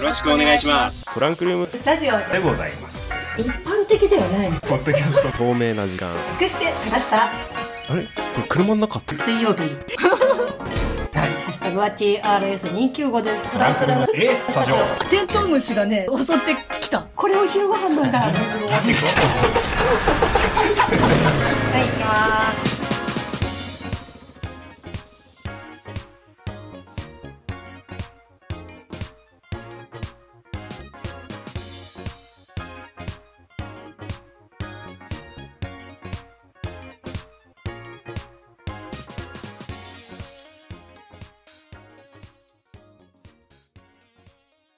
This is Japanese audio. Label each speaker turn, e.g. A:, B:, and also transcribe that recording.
A: ろしくお願いします
B: トランクルーム
C: スタジオ
B: でございます
C: 一般的ではない
B: ポッドキャスト透明な時間
C: 隠してきました
B: あれこれ車の中って
C: 水 曜日ハッシュタグは TRS295 ですトランクルーム
B: えスタジオ
D: テントウムシがね襲ってきた
C: これを昼ご飯なんだはい行きます